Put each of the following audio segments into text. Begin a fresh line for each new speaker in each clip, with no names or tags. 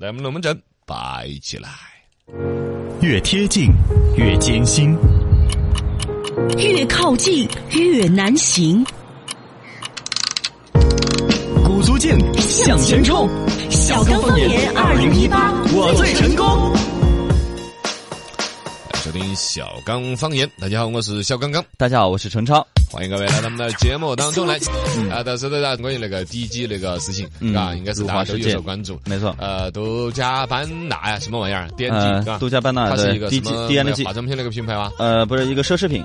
咱们龙门阵摆起来。
越贴近越艰辛，
越靠近越难行，
鼓足劲向前冲。
小刚方言2018
我最成功。
来收听小刚方言，大家好，我是小刚刚，
大家好，我是程超。
欢迎各位来到我们的节目当中来。啊，到时候大家关于那个滴鸡那个事情，
嗯
啊，应该是大家都有所关注。
没错，
呃，都加班纳呀，什么玩意儿？电竞
呃
是吧？
都加班纳
它是
对
一个什
DG
么
DNG
化妆品那个品牌哇？
呃，不是一个奢侈品，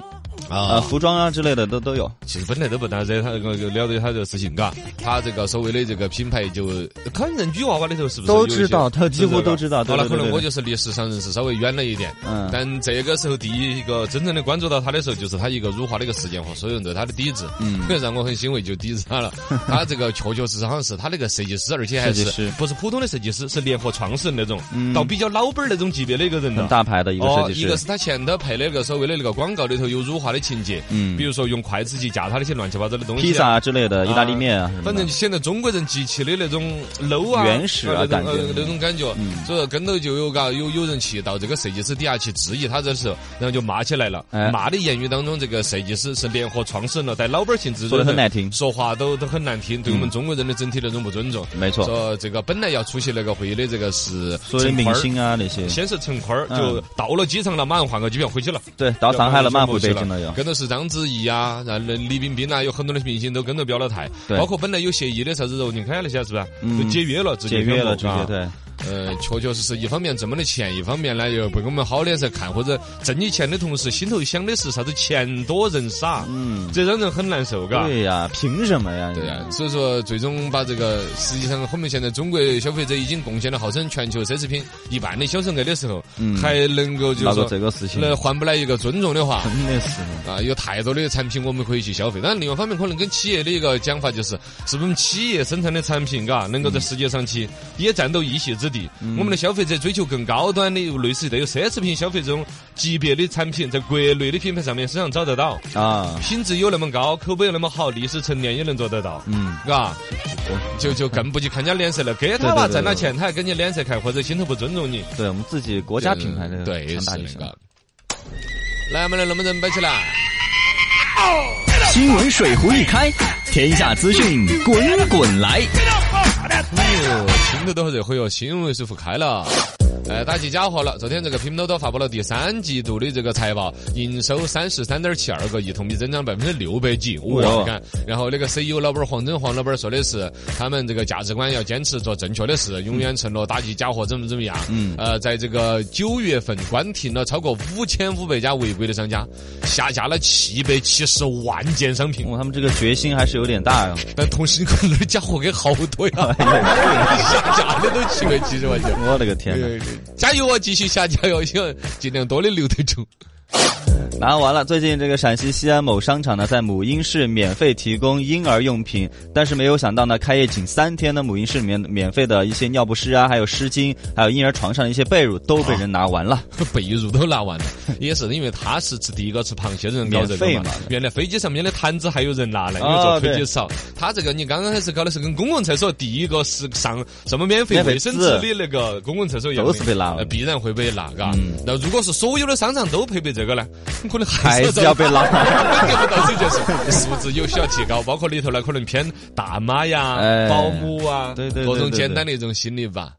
呃，
啊
服装啊之类的都都有。
其实本来都不大惹他，我就了解他这个事情，嘎，他这个所谓的这个品牌就，看人女娃娃里头是不是
都
有一些
知道他几乎都知道
好了，
对对
可
对
能
对
我就是离时尚人士稍微远了一点。
嗯
但这个时候，第一个真正的关注到他的时候，就是他一个辱华的一个事件和所有人对他的抵制，
嗯
可能让我很欣慰，就抵制他 了。他这个确确实实好像是他那个设计师，而且还是
设计师
不是普通的设计师，是联合创始人那种，
嗯
到比较老板儿那种级别的一个人了
很。大牌的一个设
哦，
计
一
师，
个是他前头配的那个所谓的那个广告里头有辱华的情节，
嗯
比如说用筷子去夹他那些乱七八糟的东西啊，
披萨啊之类的，意大利面啊什么的。
反正就显得中国人极其的那种 low 啊，
原始啊
呃那
感
种
觉嗯
呃那种感觉。所以说跟头就有嘎有有人去到这个设计师底下去质疑他这时候，然后就骂起来了。
哎
骂的言语当中，这个设计师是联合创始人了，带老板性质，
说得很难听嗯
说话都都很难听，对我们中国人的整体那种不尊重。
没错
说这个本来要出席那个会议的这个是
所以
陈
明
坤儿
星啊那些，
先是陈坤儿
嗯
就到了机场了，马上换个机票回去了。
对，到上海了，马回北京了又。
跟着是章子怡啊，然后李冰冰啊，有很多的明星都跟着表了态，
对
包括本来有协议的啥子柔宁凯那些是吧？
嗯
都解约了，直接
解约了，直
宣布
接
啊。
对，
呃，确确实实，一方面挣么的钱，一方面呢又不给我们好脸色看，或者挣你钱的同时，心头想的是啥子钱多人傻，
嗯，
这让人很难受，嘎。
对呀，凭什么呀？
对啊呀、所以说最终把这个，实际上我们现在中国消费者已经贡献了号称全球奢侈品一半的销售额的时候，
嗯
还能够就
闹个
是
这
说，
个事情，
那换不来一个尊重的 话，
真的是。
啊，有太多的产品我们可以去消费。当然，另外一方面，可能跟企业的一个讲法就是，是不是我们企业生产的产品，嘎，能够在世界上
嗯
去也占到一席之地。我们的消费者追求更高端的，类似于带有奢侈品消费这种级别的产品，在国内的品牌上面身上找得到，
啊，
品质有那么高，口碑有那么好，历史沉淀也能做得到。
嗯，
嘎，就就更不去看人家脸色了，给他
对
吧，
对对
挣了
对
钱他还给你脸色看，或者心头不尊重你。
对我们自己国家品牌的
对
强
是
大
那
女生，
个。来，我们来龙门阵摆起来。
新闻水壶一开，天下资讯滚滚来。
哟，哦听得到这回哟，新闻水壶开了。呃，打起假货了。昨天这个拼多多发布了第三季度的这个财报，营收三十三点七二个亿，同比增长百分之六百几。哇、
哇
你看，然后那个 CEO 老板黄峥黄老板说的是，他们这个价值观要坚持做正确的事，永远承诺打击假货，怎么怎么样。嗯。呃，在这个九月份关停了超过五千五百家违规的商家，下架了七百七十万件商品。
哦哇，他们这个决心还是有点大呀。啊
但同时，可能家伙给好多呀， 下架的都七百七十万件。
哎我的个天 呐！
呃加油啊！继续下架哟，希望尽量多的留得住。
然后完了，最近这个陕西西安某商场呢，在母婴室免费提供婴儿用品，但是没有想到呢，开业仅三天的母婴室里面免费的一些尿不湿啊，还有湿巾，还有婴儿床上的一些被褥都被人拿完了。
被褥都拿 完了，也是因为他是吃第一个吃螃蟹的人搞这个
免费
嘛
嘛。
原来飞机上面的毯子还有人拿呢，因为
哦
坐飞机
对
少。他这个你刚刚开始搞的是跟公共厕所第一个是上什么免费
免费
卫生纸
纸
的那个公共厕所一样的
都是被嗯拿了
呃必然会被拿，嘎。那如果是所有的商场都配备这个呢，可能还
还是要被拿
感觉不 到，这就是素质有需要提高，包括里头呢可能偏大妈呀、
哎
保姆啊，
对对对
各种
对
简
对
单的一种心理吧。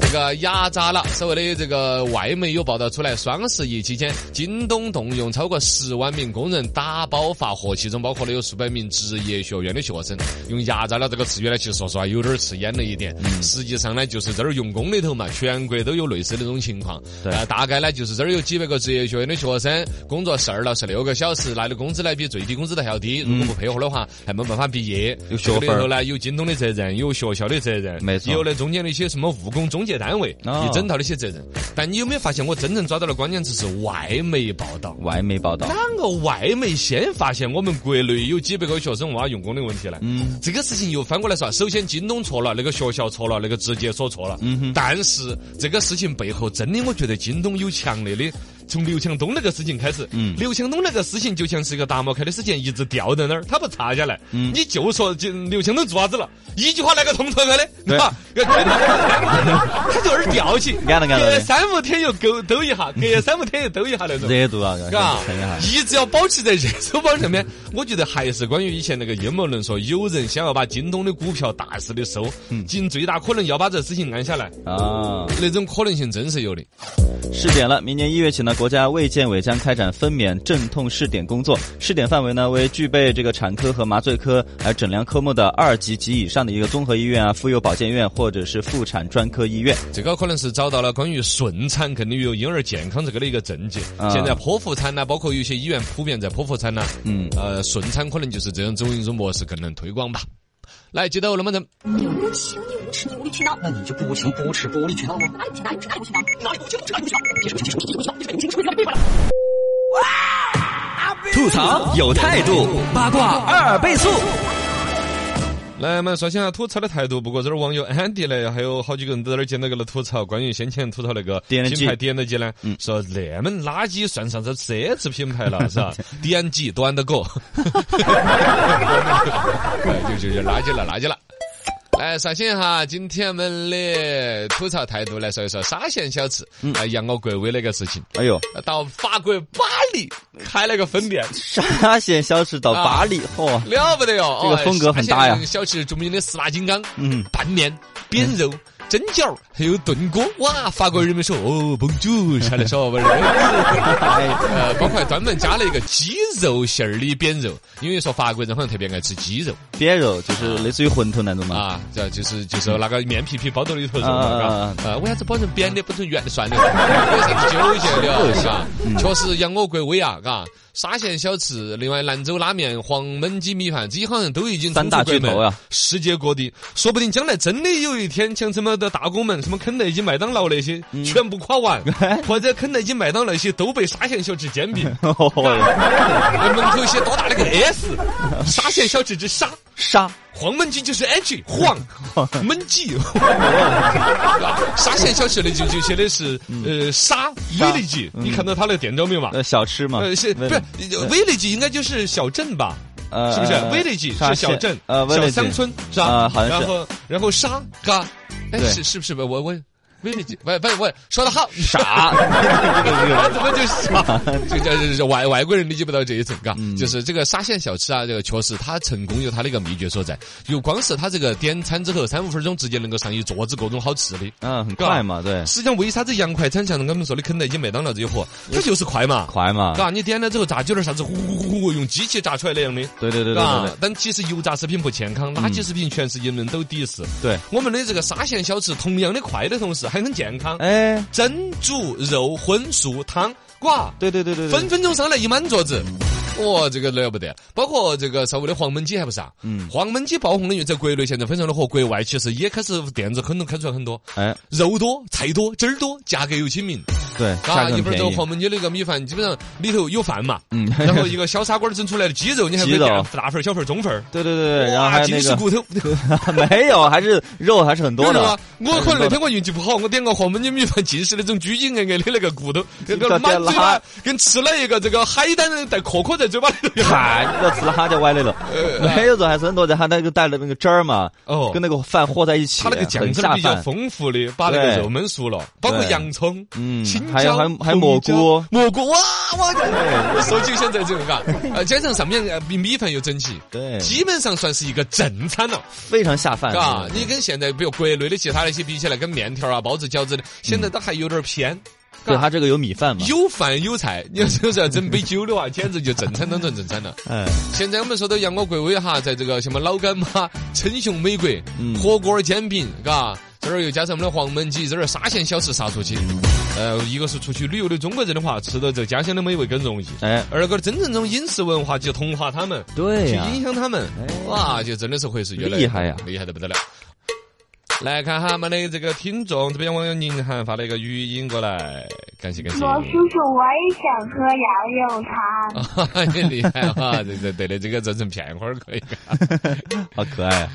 这个压榨了，所谓的这个外媒有报道出来，双十一期间，京东动用超过十万名工人打包发货，其中包括了有数百名职业学院的学生。用“压榨了”这个词语呢，其实说实话有点儿刺眼了一点。
嗯
实际上呢，就是这儿用工里头嘛，全国都有类似的这种情况。
对
呃，大概呢就是这儿有几百个职业学院的学生，工作十二到十六个小时，拿的工资呢比最低工资都还要低。如果不配合的话，还没办法毕业。
嗯有学
这
分儿
个里头呢，有京东的责任，有学校的责任，
没错
有那中间的一些什么务工中介单位，
哦
一整套的一些责任。但你有没有发现，我真正抓到的关键词是外媒报道？
外媒报道，
哪个外媒先发现我们国内有几百个学生娃用工的问题呢？
嗯，
这个事情又翻过来说，首先京东错了，那个学校错了，那个直接所错了。
嗯哼
但是这个事情背后，真的我觉得京东有强烈的从刘强东那个事情开始，
嗯
刘强东那个事情就像是一个大茅坑的事情，一直吊在那儿，他不查下来，你就说就刘强东做啥子了，一句话来个通透开的，
对
吧？他就儿吊起，
干了干了
隔三五天又勾兜一下，隔三五天又兜一下那种。
热度啊，这
嘎
蹭一下，，
一直要保持在热搜榜上面。我觉得还是关于以前那个阴谋论说，有人想要把京东的股票大肆的收，
嗯
尽最大可能要把这事情按下来，
啊。
那种可能性真是有的。
试点了，明年一月起呢，国家卫健委将开展分娩镇痛试点工作。试点范围呢为具备这个产科和麻醉科还有诊疗科目的二级及以上的一个综合医院啊、妇幼保健院或者是妇产专科医院。
这个可能是找到了关于顺产跟育婴儿健康这个的一个症结。
啊
现在剖腹产呢，包括有些医院普遍在剖腹产呢，
嗯
呃，顺产可能就是这样种一种模式更能推广吧。来，接到我们的
你无情，你无耻，你无理取闹！
那你就不无情、不无耻、不无理取闹吗？
哪里无耻，哪里无耻，哪里无耻闹？哪里无耻，哪里无耻闹？你是无耻，你是无耻，你是无耻，你是无耻，你是无耻！
吐槽有态度，八卦二倍速。
来嘛，刷新下吐槽的态度。不过这儿网友安迪嘞，还有好几个人在那儿捡到个了吐槽，关于先前吐槽那个
点了
品牌
几
点了几呢，说那么垃圾算啥子奢侈品牌了，是吧？点几端的 过，哎就就就垃圾了，垃圾了。来，首先哈，今天我们的吐槽态度来说一说沙县小吃，啊，扬我国威那个事情，
哎呦，
到法国巴黎开了个分店，
沙县小吃到巴黎，嚯、
了不得哦哎哟！
这个风格很大呀
沙县小吃著名的四大金刚，
嗯
嗯，拌面、煸肉、蒸饺，还有炖锅。哇，法国人民说哦，bonjour，下来说不是。
哎
呃，包括还专门加了一个鸡肉馅儿的煸肉，因为说法国人好像特别爱吃鸡肉
煸肉就是类似于馄饨那种嘛。
啊，这就是就是那个面皮皮包到里头肉
啊啊啊
嘛，
啊
嘎呃，为啥子包成扁的不成圆的算了？有啥子纠结的啊？
嗯
嘎确实扬我国威啊，嘎。沙县小吃，另外兰州拉面、黄焖鸡米饭，这些好像都已经
三大
冲出国
巨头
门
啊
世界各地，说不定将来真的有一天，像什么的大公们、什么肯德基、麦当劳那些，
嗯
全部垮完，
哎
或者肯德基、麦当劳那些都被沙县小吃兼并。
哦
那门口写多大那个 S，沙县小吃之沙。
沙
黄焖鸡就是 H 黄焖 鸡，沙县小吃的就就写的是呃沙
沙
威力鸡，你看到它的店招没有嘛？
呃小吃嘛，
呃，是不
为
是
了
威力鸡应该就是小镇吧？
呃
是不是？威力鸡是小镇，
呃
小
village
乡村是
啊
吧？
好像
然
是
后然后沙嘎，哎
对
是是不是吧？我我威力鸡，喂喂喂，说的好，
傻，
我怎么 就是这这这外外国人理解不到这一层，嘎，
嗯
就是这个沙县小吃啊，这个确实它成功有它的一个秘诀所在。就光是它这个点餐之后三五分钟，直接能够上一桌子各种好吃的。
嗯，很快嘛，对，
实际上，为啥子洋快餐像我们说的肯德基、麦当劳这些火，它就是快嘛，
快嘛，
嘎，你点了之后炸鸡儿啥子呼呼呼呼用机器炸出来那样的。
对对对对对
嘎
对，
啊但其实油炸食品不健康，垃圾食品全世界人都抵制。
对，
我们的这个沙县小吃，同样的快的同时还很健康，
哎，
蒸、煮、肉、荤、素、汤，哇，
对对对对对，嗯
分分钟上来一满桌子。哇，这个了不得！包括这个稍微的黄焖鸡还不是啊？嗯，黄焖鸡爆红的原因在国内现在非常的火，国外其实也开始店子很多开出来很多，
哎，
肉多、菜多、汁儿多，价格又亲民。
对，价
啊，
格
一
很
份儿
便
这
宜
黄，焖鸡那个米饭，基本上里头有饭嘛，
嗯，
然后一个小砂锅儿整出来的鸡肉，你还可以
鸡肉
点大份儿、小份儿、中份儿。
对对对对，然后
哇，
还有
尽
那
是
个
骨头。
没有，还是肉还是很多
为什么
的，
啊我可能 那天我运气不好，我点个黄焖鸡米饭，尽是那种拘谨硬硬的那个骨头，那
不要
个
点
满嘴
辣
巴跟吃了一个这个海胆带壳壳在嘴巴里头一样。
嗨，你不要吃了哈就歪了了， 没有肉还是很多的，它那个带了那个汁儿嘛，
哦
跟那个饭和在一起，
它那个酱
很
汁儿
下
比较
饭，
丰富的，把那个
对
肉焖熟了，包括
对
洋葱、
嗯
青椒、
还有还有还
红
有蘑
椒
菇
蘑菇哇哇！我手机现在这个嘎，呃，加上上面呃比米饭又整齐，
对
基本上算是一个正餐了，
非常下饭，
嘎。你跟现在比如国内的其他那些比起来，跟面条啊、包子、饺子的，现在都还有点儿偏。
对，
嘎
它这个有米饭嘛，
有饭有菜，你要是要整杯酒的话，啊简直就正餐当中正餐了。
哎，
现在我们说到扬我国威哈，在这个什么老干妈、称雄美国、
嗯
火锅儿煎饼，嘎，这儿又加上我们的黄焖鸡，这儿沙县小吃杀出去。呃，一个是出去旅游的中国人的话，吃到这家乡的美味更容易。
哎，
二个真正这种饮食文化去同化他们，
对
去
呀
影响他们，哇，就真的是会是越来越
厉害呀
厉害的不得了。来看哈，我们的这个听众这边网友宁涵发了一个语音过来，感谢感谢。
罗叔叔，我也想喝羊肉汤。
啊，你厉害啊！对对对的，这个做成片花儿可以。
好可爱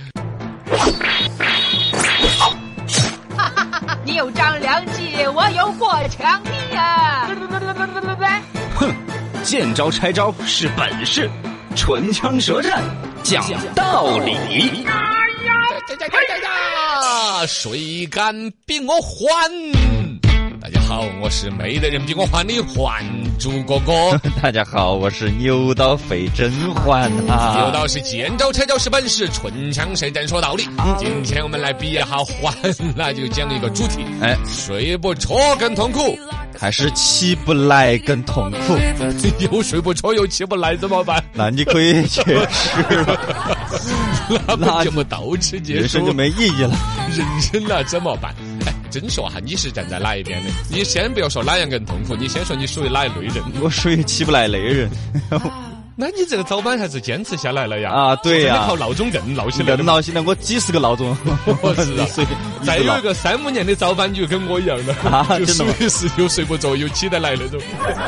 啊，
你有张良计，我有过墙梯呀、
哼，见招拆招是本事，唇枪舌战讲道理。
这这这这这，谁敢比我还？大家好，我是没得人比我还的还珠格格。
大家好，我是牛刀匪甄嬛啊。
有道是见招拆招是本事，唇枪舌战说道理。
啊
今天我们来比一下还， 那就讲一个主题，
哎，
谁不戳更痛苦？
还是起不来更痛苦。
又睡不着，又起不来，怎么办？
那你可以去吃了，
那不就不到此结
人
束
生就没意义了。
人生了怎么办？哎，真说哈，你是站在哪一边的？你先不要说哪样更痛苦，你先说你属于哪一类人。
我属于起不来的人
那你这个早班还是坚持下来了呀？
啊，
真
对
的
呀、
靠闹钟更闹起来
人
了。
闹心了，我几十个闹钟
我 知道，
所以
再有一
个，
个三五年的早班就跟我一样了，
啊
就
真的
属
吗哎
于是又睡不着又起得来那种，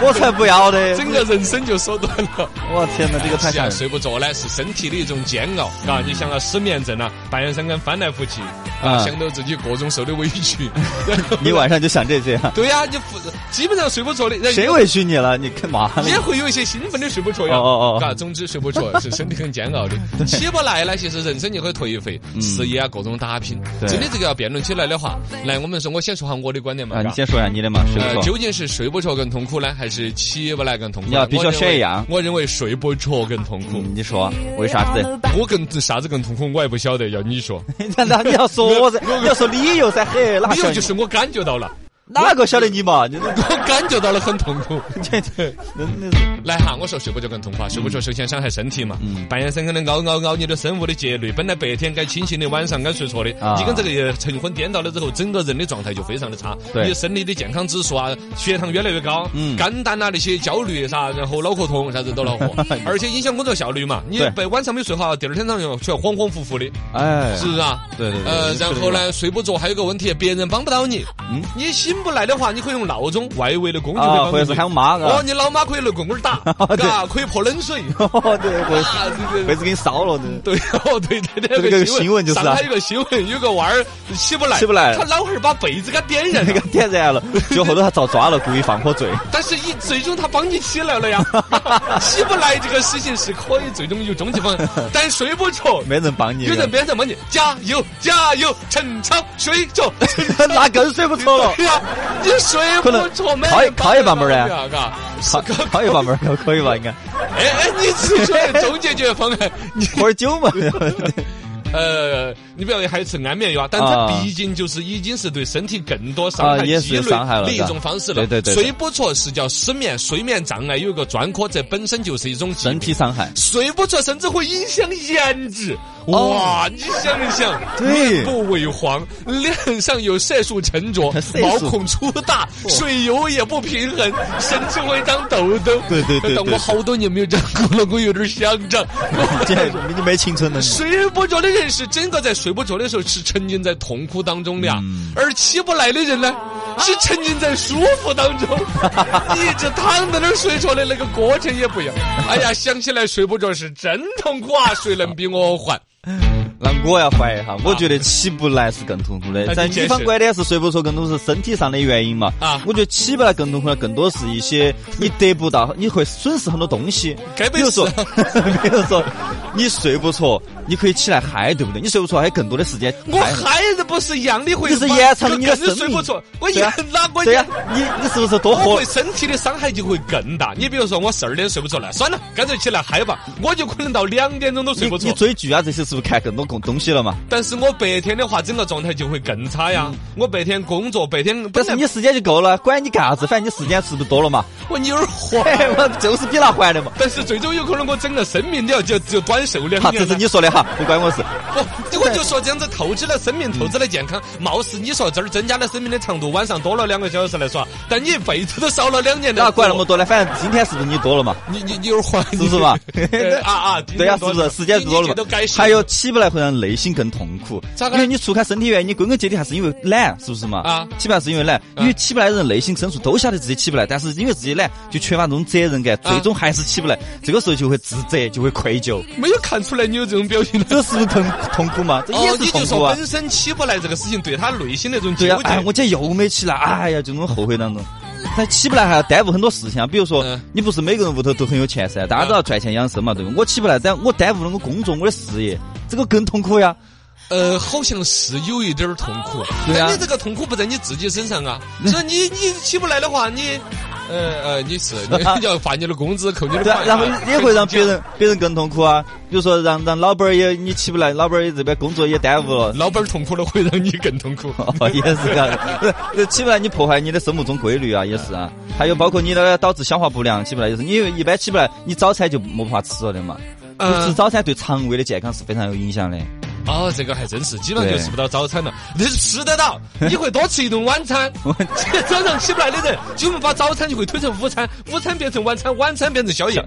我才不要的。
整个人生就缩短了。
我天哪，这个太
是啊，
吓人嗯了
睡不着呢是身体的一种煎熬，啊，你想啊，失眠症啊，半夜三更翻来覆去，啊，
啊
想到自己各种受的委屈，
你晚上就想这些啊？
对呀、你不基本上睡不着的，然后
谁委屈你了？你干嘛呢
也？会有一些兴奋的睡不着呀，
哦哦哦
嘎，总之睡不着是身体很煎熬 的，起不来呢，其实人生就会颓废，事业啊各种打拼，
嗯对
真的这个要辩论起来的话，来我们说，我先说下我的观点嘛，
啊，你
嘎
先说一下你的嘛，睡
呃，
不着。
究竟是睡不着更痛苦呢，还是起不来更痛苦呢？
要比较
我认为
血氧
我认为睡不着更痛苦。
嗯你说为啥 子？
我更啥子更痛苦，我还不晓得，要你 说。
那那你要说噻，你要说理由噻，嘿，哪个
理由
晓
就
得？
是我感觉到了，
哪个晓得你嘛？你
我感觉到了很痛苦。
这这，那那
来哈，我说睡不着更痛
嗯
苦啊，睡不着首先伤害身体嘛，半夜三更的熬熬熬，你的生物的节律，本来白天该清醒的，晚上该睡错的，
啊
你跟这个也晨昏颠倒了之后，整个人的状态就非常的差，
对
你生理的健康指数啊，血糖越来越高，
嗯
肝胆啊那些焦虑啥，然后脑壳痛啥子都恼 火，而且影响工作效率嘛，你
哎对
白晚上没睡好，第二天早上又出来恍恍惚惚的，
哎，
是不是啊？
对对对
呃，
是
然后呢，睡不着还有个问题，别人帮不到你。
嗯
你醒不来的话，你可以用闹钟外围的工具会
啊，
帮
或
助
者是
你。
喊我妈
哦
啊，，
你老妈可以拿棍棍儿打，
对
嘎，可以泼冷水。
哦， 对，
啊
我，
这
被
个
子给你烧了的。
对哦，对对对，
这个新闻就是啊
上海有个新闻，有个娃儿起不来，
起不来
他老汉儿把被子给点燃
那个
了，
点燃了，结果后头他遭抓了，故意放火罪。
但是一最终他帮你起来了 呀。起不来这个事情是可以最终有终极 方案，但睡不着，
没人帮你
有
了，
人别人帮你加油加油，陈昌睡 着。陈昌
那更睡不 着了。
对呀，你睡不
可能
着没？
烤一烤一半门儿啊
啊，嘎，
烤
是个
烤一把门儿可以吧？应该
哎哎，你是说的总解啊决方案？你
喝点 酒嘛。
呃，你不要还吃安眠药，但它
啊
毕竟就是已经是对身体更多伤害
啊也
积
是
累
伤害了
的一
是吧
种方式了。
对对对对
睡不着是叫失眠，睡眠障碍有一个专科，这本身就是一种疾病
身体。伤害，
睡不着，甚至会影响颜值。哇，你想一想，
哦对
面 部萎黄，脸上有色素沉着
色，素哦
毛孔粗大，水油也不平衡，甚至会长痘痘。
对对对对
但我好多年没有长过了，我有点想长。
这还是你没青春了。
睡不着的人是整个在睡不着的时候是沉浸在痛苦当中的呀，
嗯
而起不来的人呢，是沉浸在舒服当中， 一直躺在那儿睡着的那个过程也 不一样。哎呀，想起来睡不着是真痛苦啊！谁能比我
哎
还？
那我要怀疑一下，我觉得起不来是更痛苦的
那。你
在
解
女
释
方观点是睡不着，更多是身体上的原因嘛。
啊
我觉得起不来更痛苦的，更多是一些你得不到，你会损失很多东西。
该被
比如说，
死
比如说你睡不着，你可以起来嗨，对不对？你睡不着还有更多的时间
我
嗨。
还是不是一样的会？
你是延长了你的
更睡
生命
不着，我
对
延
啊
那我
对呀
延、
你你是不是多
我
活
会？身体的伤害就会更大。你比如说，我十二点睡不着了，算了，干脆起来嗨吧，我就可能到两点钟都
你
睡不着
你。追剧啊这些是不是看更多东东西了嘛？
但是我白天的话，整个状态就会更差呀。我白天工作，白天
嗯但是你时间就够了，管你干啥子，反正你时间是不是多了嘛？
我有点
嘿
慌。
嘿我就是比他还的嘛。
但是最终有可能我整个生命都要就就短寿两
哈，
年
这
了。
是你说的哈，不关我事。
不，我就说这样子透支了生命，透支了健康。貌似你说这儿增加了生命的长度，晚上多了两个小时来耍，但你一辈子都少了两年的。
哪管那么多呢？反正今天是不是你多了嘛？
你你你有点慌，
是不是嘛
对 啊 啊，
对呀、是不是时间是多了
都
嘛
该？
还有起不来会让内心更痛苦，
咋个
因为你除开身体原因，你归根结底还是因为懒，是不是嘛？
啊
起不来是因为懒，
嗯
因为起不来的人内心深处都晓得自己起不来，但是因为自己懒，就缺乏那种责任感，
啊
最终还是 起不来。这个时候就会自责，就会愧疚，
没有看出来你有这种表情呢。
这是不是更痛苦嘛，这也
哦，
是
你就
痛苦
说
啊。
本身起不来这个事情，对他内心那种纠结
对呀、，哎，我今天又没起来，哎呀，就那种后悔当中。但起不来还要耽误很多事情啊，比如说，
嗯
你不是每个人屋头都很有钱噻，大家都要赚钱养生嘛，对不对？我起不来，但我耽误了我工作，我的事业，这个更痛苦呀。
呃，好像是有一点儿痛苦，哎
对啊嗯
但你这个痛苦不在你自己身上啊，所以你你起不来的话，你，呃呃，你是你你要发你的工资，扣你的
对啊
款，，
然后也会让别人别人更痛苦啊。比如说让让老板儿也你起不来，老板儿也这边工作也耽误了。
老板儿痛苦了，会让你更痛 苦。
哦，也是 啊，这起不来，你破坏你的生物钟规律啊，也是啊。还有包括你那个导致消化不良，起不来也是。你一般起不来，你早餐就没法吃了的嘛。不
嗯
吃早餐对肠胃的健康是非常有影响的。
哦，这个还真是，基本上就
对
吃不到早餐了。你吃得 到，你会多吃一顿晚餐。早上起不来的人，就把早餐就会推成午餐，午餐变成晚餐，晚餐变成宵夜。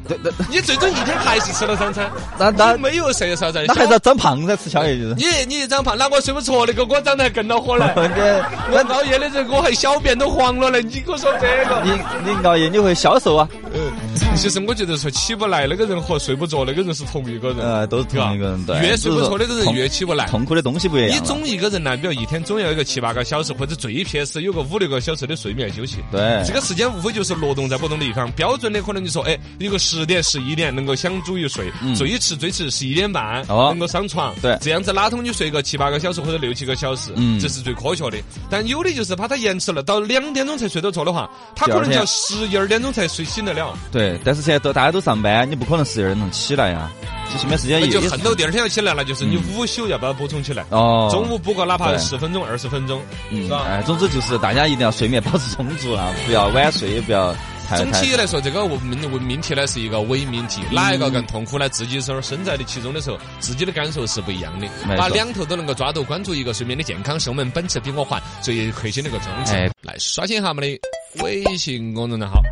你最终一天还是吃了三餐，
那那
你没有啥啥子。
那还是要长胖噻，吃宵夜 就是。
你你长胖，那我睡不着那个我长得还更恼火了。
这
我熬夜的人，我还小便都黄了嘞。你给我说这个，
你你熬夜你会消瘦啊？
嗯，其实我觉得说起不来那个人和睡不着那个人是同一个人，
呃，都是同一个人，
对
对。
吧越睡不着那个人
痛
越起不来。
痛苦的东西不一样
哎你
了。
总一个人呢，比如一天总要有个七八个小时，或者最撇是有个五六个小时的睡眠休息。
对
这个时间无非就是挪动在不同的地方。标准的可能你说，哎，有个十点、十一点能够相煮一睡，最迟最迟十一点半
嗯哦
能够上床。
对
这样子拉通你睡个七八个小时或者六七个小时，
嗯
这是最科学的。但有的就是把它延迟了，到两点钟才睡得着的话，他
第二
可能就要
天
十一二点钟才睡醒得了，
对，但是现在都大家都上班，你不可能十一点钟起来啊呀。就前面时间
那
哎也
就
也
恨到第二天要起来了，就是你午休要把它补充起来。
哦，
中午补个哪怕
对
十分钟、二十分钟，是
嗯，
吧？
哎，总之就是大家一定要睡眠保持充足啊，不要晚睡，也不要太
总体来说，这个文文命题呢是一个伪命题，哪一个更痛苦呢？自己时候身在的其中的时候，自己的感受是不一样的
没。错
把两头都能够抓到，关注一个睡眠的健康，是我们本次比我环最核心的一个宗旨
哎。
来刷新一下我们的微信公众号。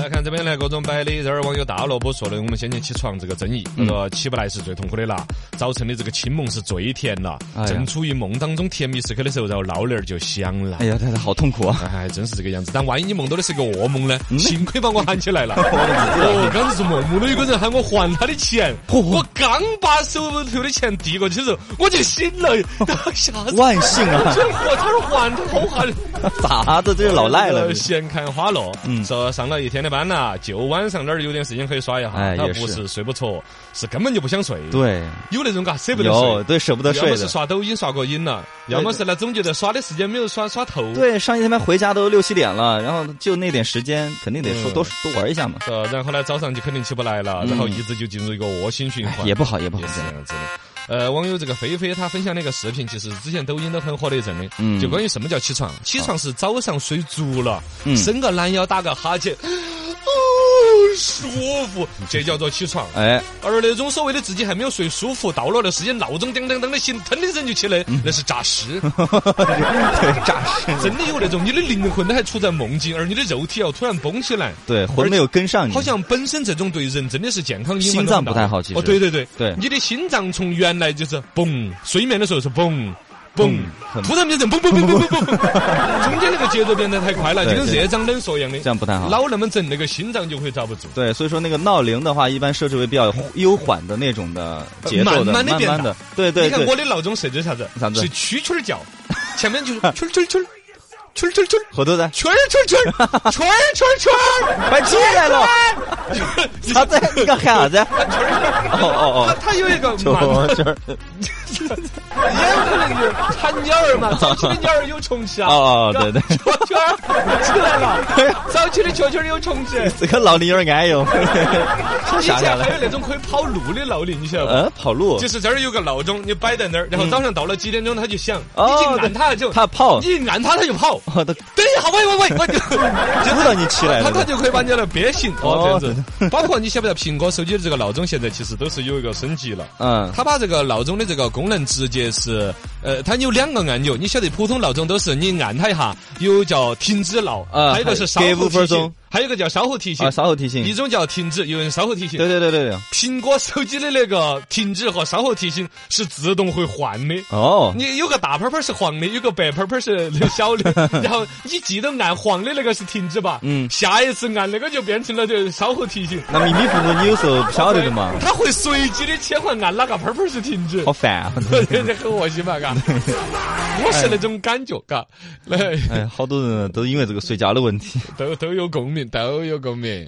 来看这边呢，各种摆的，这儿网友大萝卜说的，我们先前起床这个争议，
嗯
那个起不来是最痛苦的啦，早晨的这个清梦是最甜啦
哎，呀
正处于梦当中甜蜜时刻的时候，然后闹铃儿就响了
哎。呀，太太好痛苦啊！
哎，真是这个样子。但万一你梦到的是个噩梦呢？
嗯
幸亏把我喊起来 了。哦，刚才是梦梦到有个人喊我还他的钱，我刚把手头的钱递过去的时候，我就醒 了，吓死！
万幸啊
我居然和他儿还他，好狠！
咋子这是老赖了？
闲看花落。嗯，说上了一天的班啦，就晚上那儿有点时间可以耍一下。
哎
他
也
不
是
是睡不着，是根本就不想睡。，
对，
有那种嘎舍不得
有
睡。
对舍不得
要
睡
么是
的。
刷抖音刷过瘾了，要么是呢总觉得耍的时间没有耍耍透。
对，上一天班回家都六七点了，然后就那点时间，肯定得说
嗯
多多玩一下嘛。
呃，然后呢，早上就肯定起不来了，然后一直就进入一个恶性循
嗯哎
环，
也不好，也不好
也，是这样子的。呃，网友这个菲菲她分享了一个视频，其实之前抖音都很火的一阵的，
嗯
就关于什么叫起床，起床是早上睡足了，
嗯
伸个懒腰，打个哈欠。哦，舒服，这叫做起床。
哎，
而那种所谓的自己还没有睡舒服，到了那时间闹钟叮当当的醒，腾的人就起来，
嗯
那是诈尸。
对，诈尸，
真的有那种，你的灵魂都还处在梦境，而你的肉体要突然绷起来，
对，魂没有跟上你，
好像本身这种对人真的是健康隐患
嗯心脏不太好
都
其
很
实
大哦，对对对，
对
你的心脏从原来就是嘣，睡眠的时候是嘣。嘣
嗯很，
突然变成嘣嘣嘣嘣嘣 嘣，中间那个节奏变得太快了，就
对
跟
对
热胀冷缩一样的，
这样不太好
老那么整，那个心脏就会遭不住。
对，所以说那个闹铃的话，一般设置为比较悠缓的那种的节奏的，
呃慢慢
慢
地变大
慢的，对对
你看
对
我，的闹钟设置啥子？
啥子
是蛐蛐儿 叫，前面就是蛐儿蛐儿蛐儿蛐儿蛐儿蛐儿
后头在，
蛐儿蛐儿蛐儿蛐儿 蛐儿
快起来了，
蛐儿蛐
啥
儿，
子？你敢喊啥子？
哦
哦哦
它
哦
它有一个
就
慢
就是
也有可能就是它鸟儿嘛，早期的鸟儿有虫气啊。
哦哦对对
蛐蛐儿起来了，早期的蛐蛐儿有虫气。
这个闹铃有点安 逸哦，
以
想
前
想
还有
来，
那种可以跑路的闹铃，你晓得
呃
不？，
跑路
就，是这儿有个闹钟，你摆在那儿，然后早上到了几点钟它就响，
哦
你就按它就
它跑
你一按它它就跑。
哦它
等一下，喂喂喂，我就
知道你起来
它它
了，嗯
就可以把你那憋醒哦，
哦
这样子。包括你晓不晓得苹果手机的这个闹钟，现在其实都是有一个升级了。
嗯，
它把这个闹钟的这个功能直接是，呃，它有两个按钮，你晓得普通闹钟都是你按它一下，有叫停止闹，
啊
还有一个是稍
给
后
5
提
分
醒
钟。
还有一个叫稍后提醒
啊，，稍后提醒。
一种叫停止，有人稍后提醒。
对对对对对。
苹果手机的那个停止和稍后提醒是自动会换的。
哦，
你有个大盆盆是黄的，有个白盆盆是小的， 然后你记得按黄的那个是停止吧？
嗯
下一次按那个就变成了这稍后提醒。
那秘密服务你有时候不晓得的嘛，
它会随机的切换按哪个盆盆是停止
好。烦啊！
这很恶心嘛，嘎，我是那种感觉，嘎，来
哎，好多人都因为这个睡觉的问题。
都都有共鸣，都有共鸣。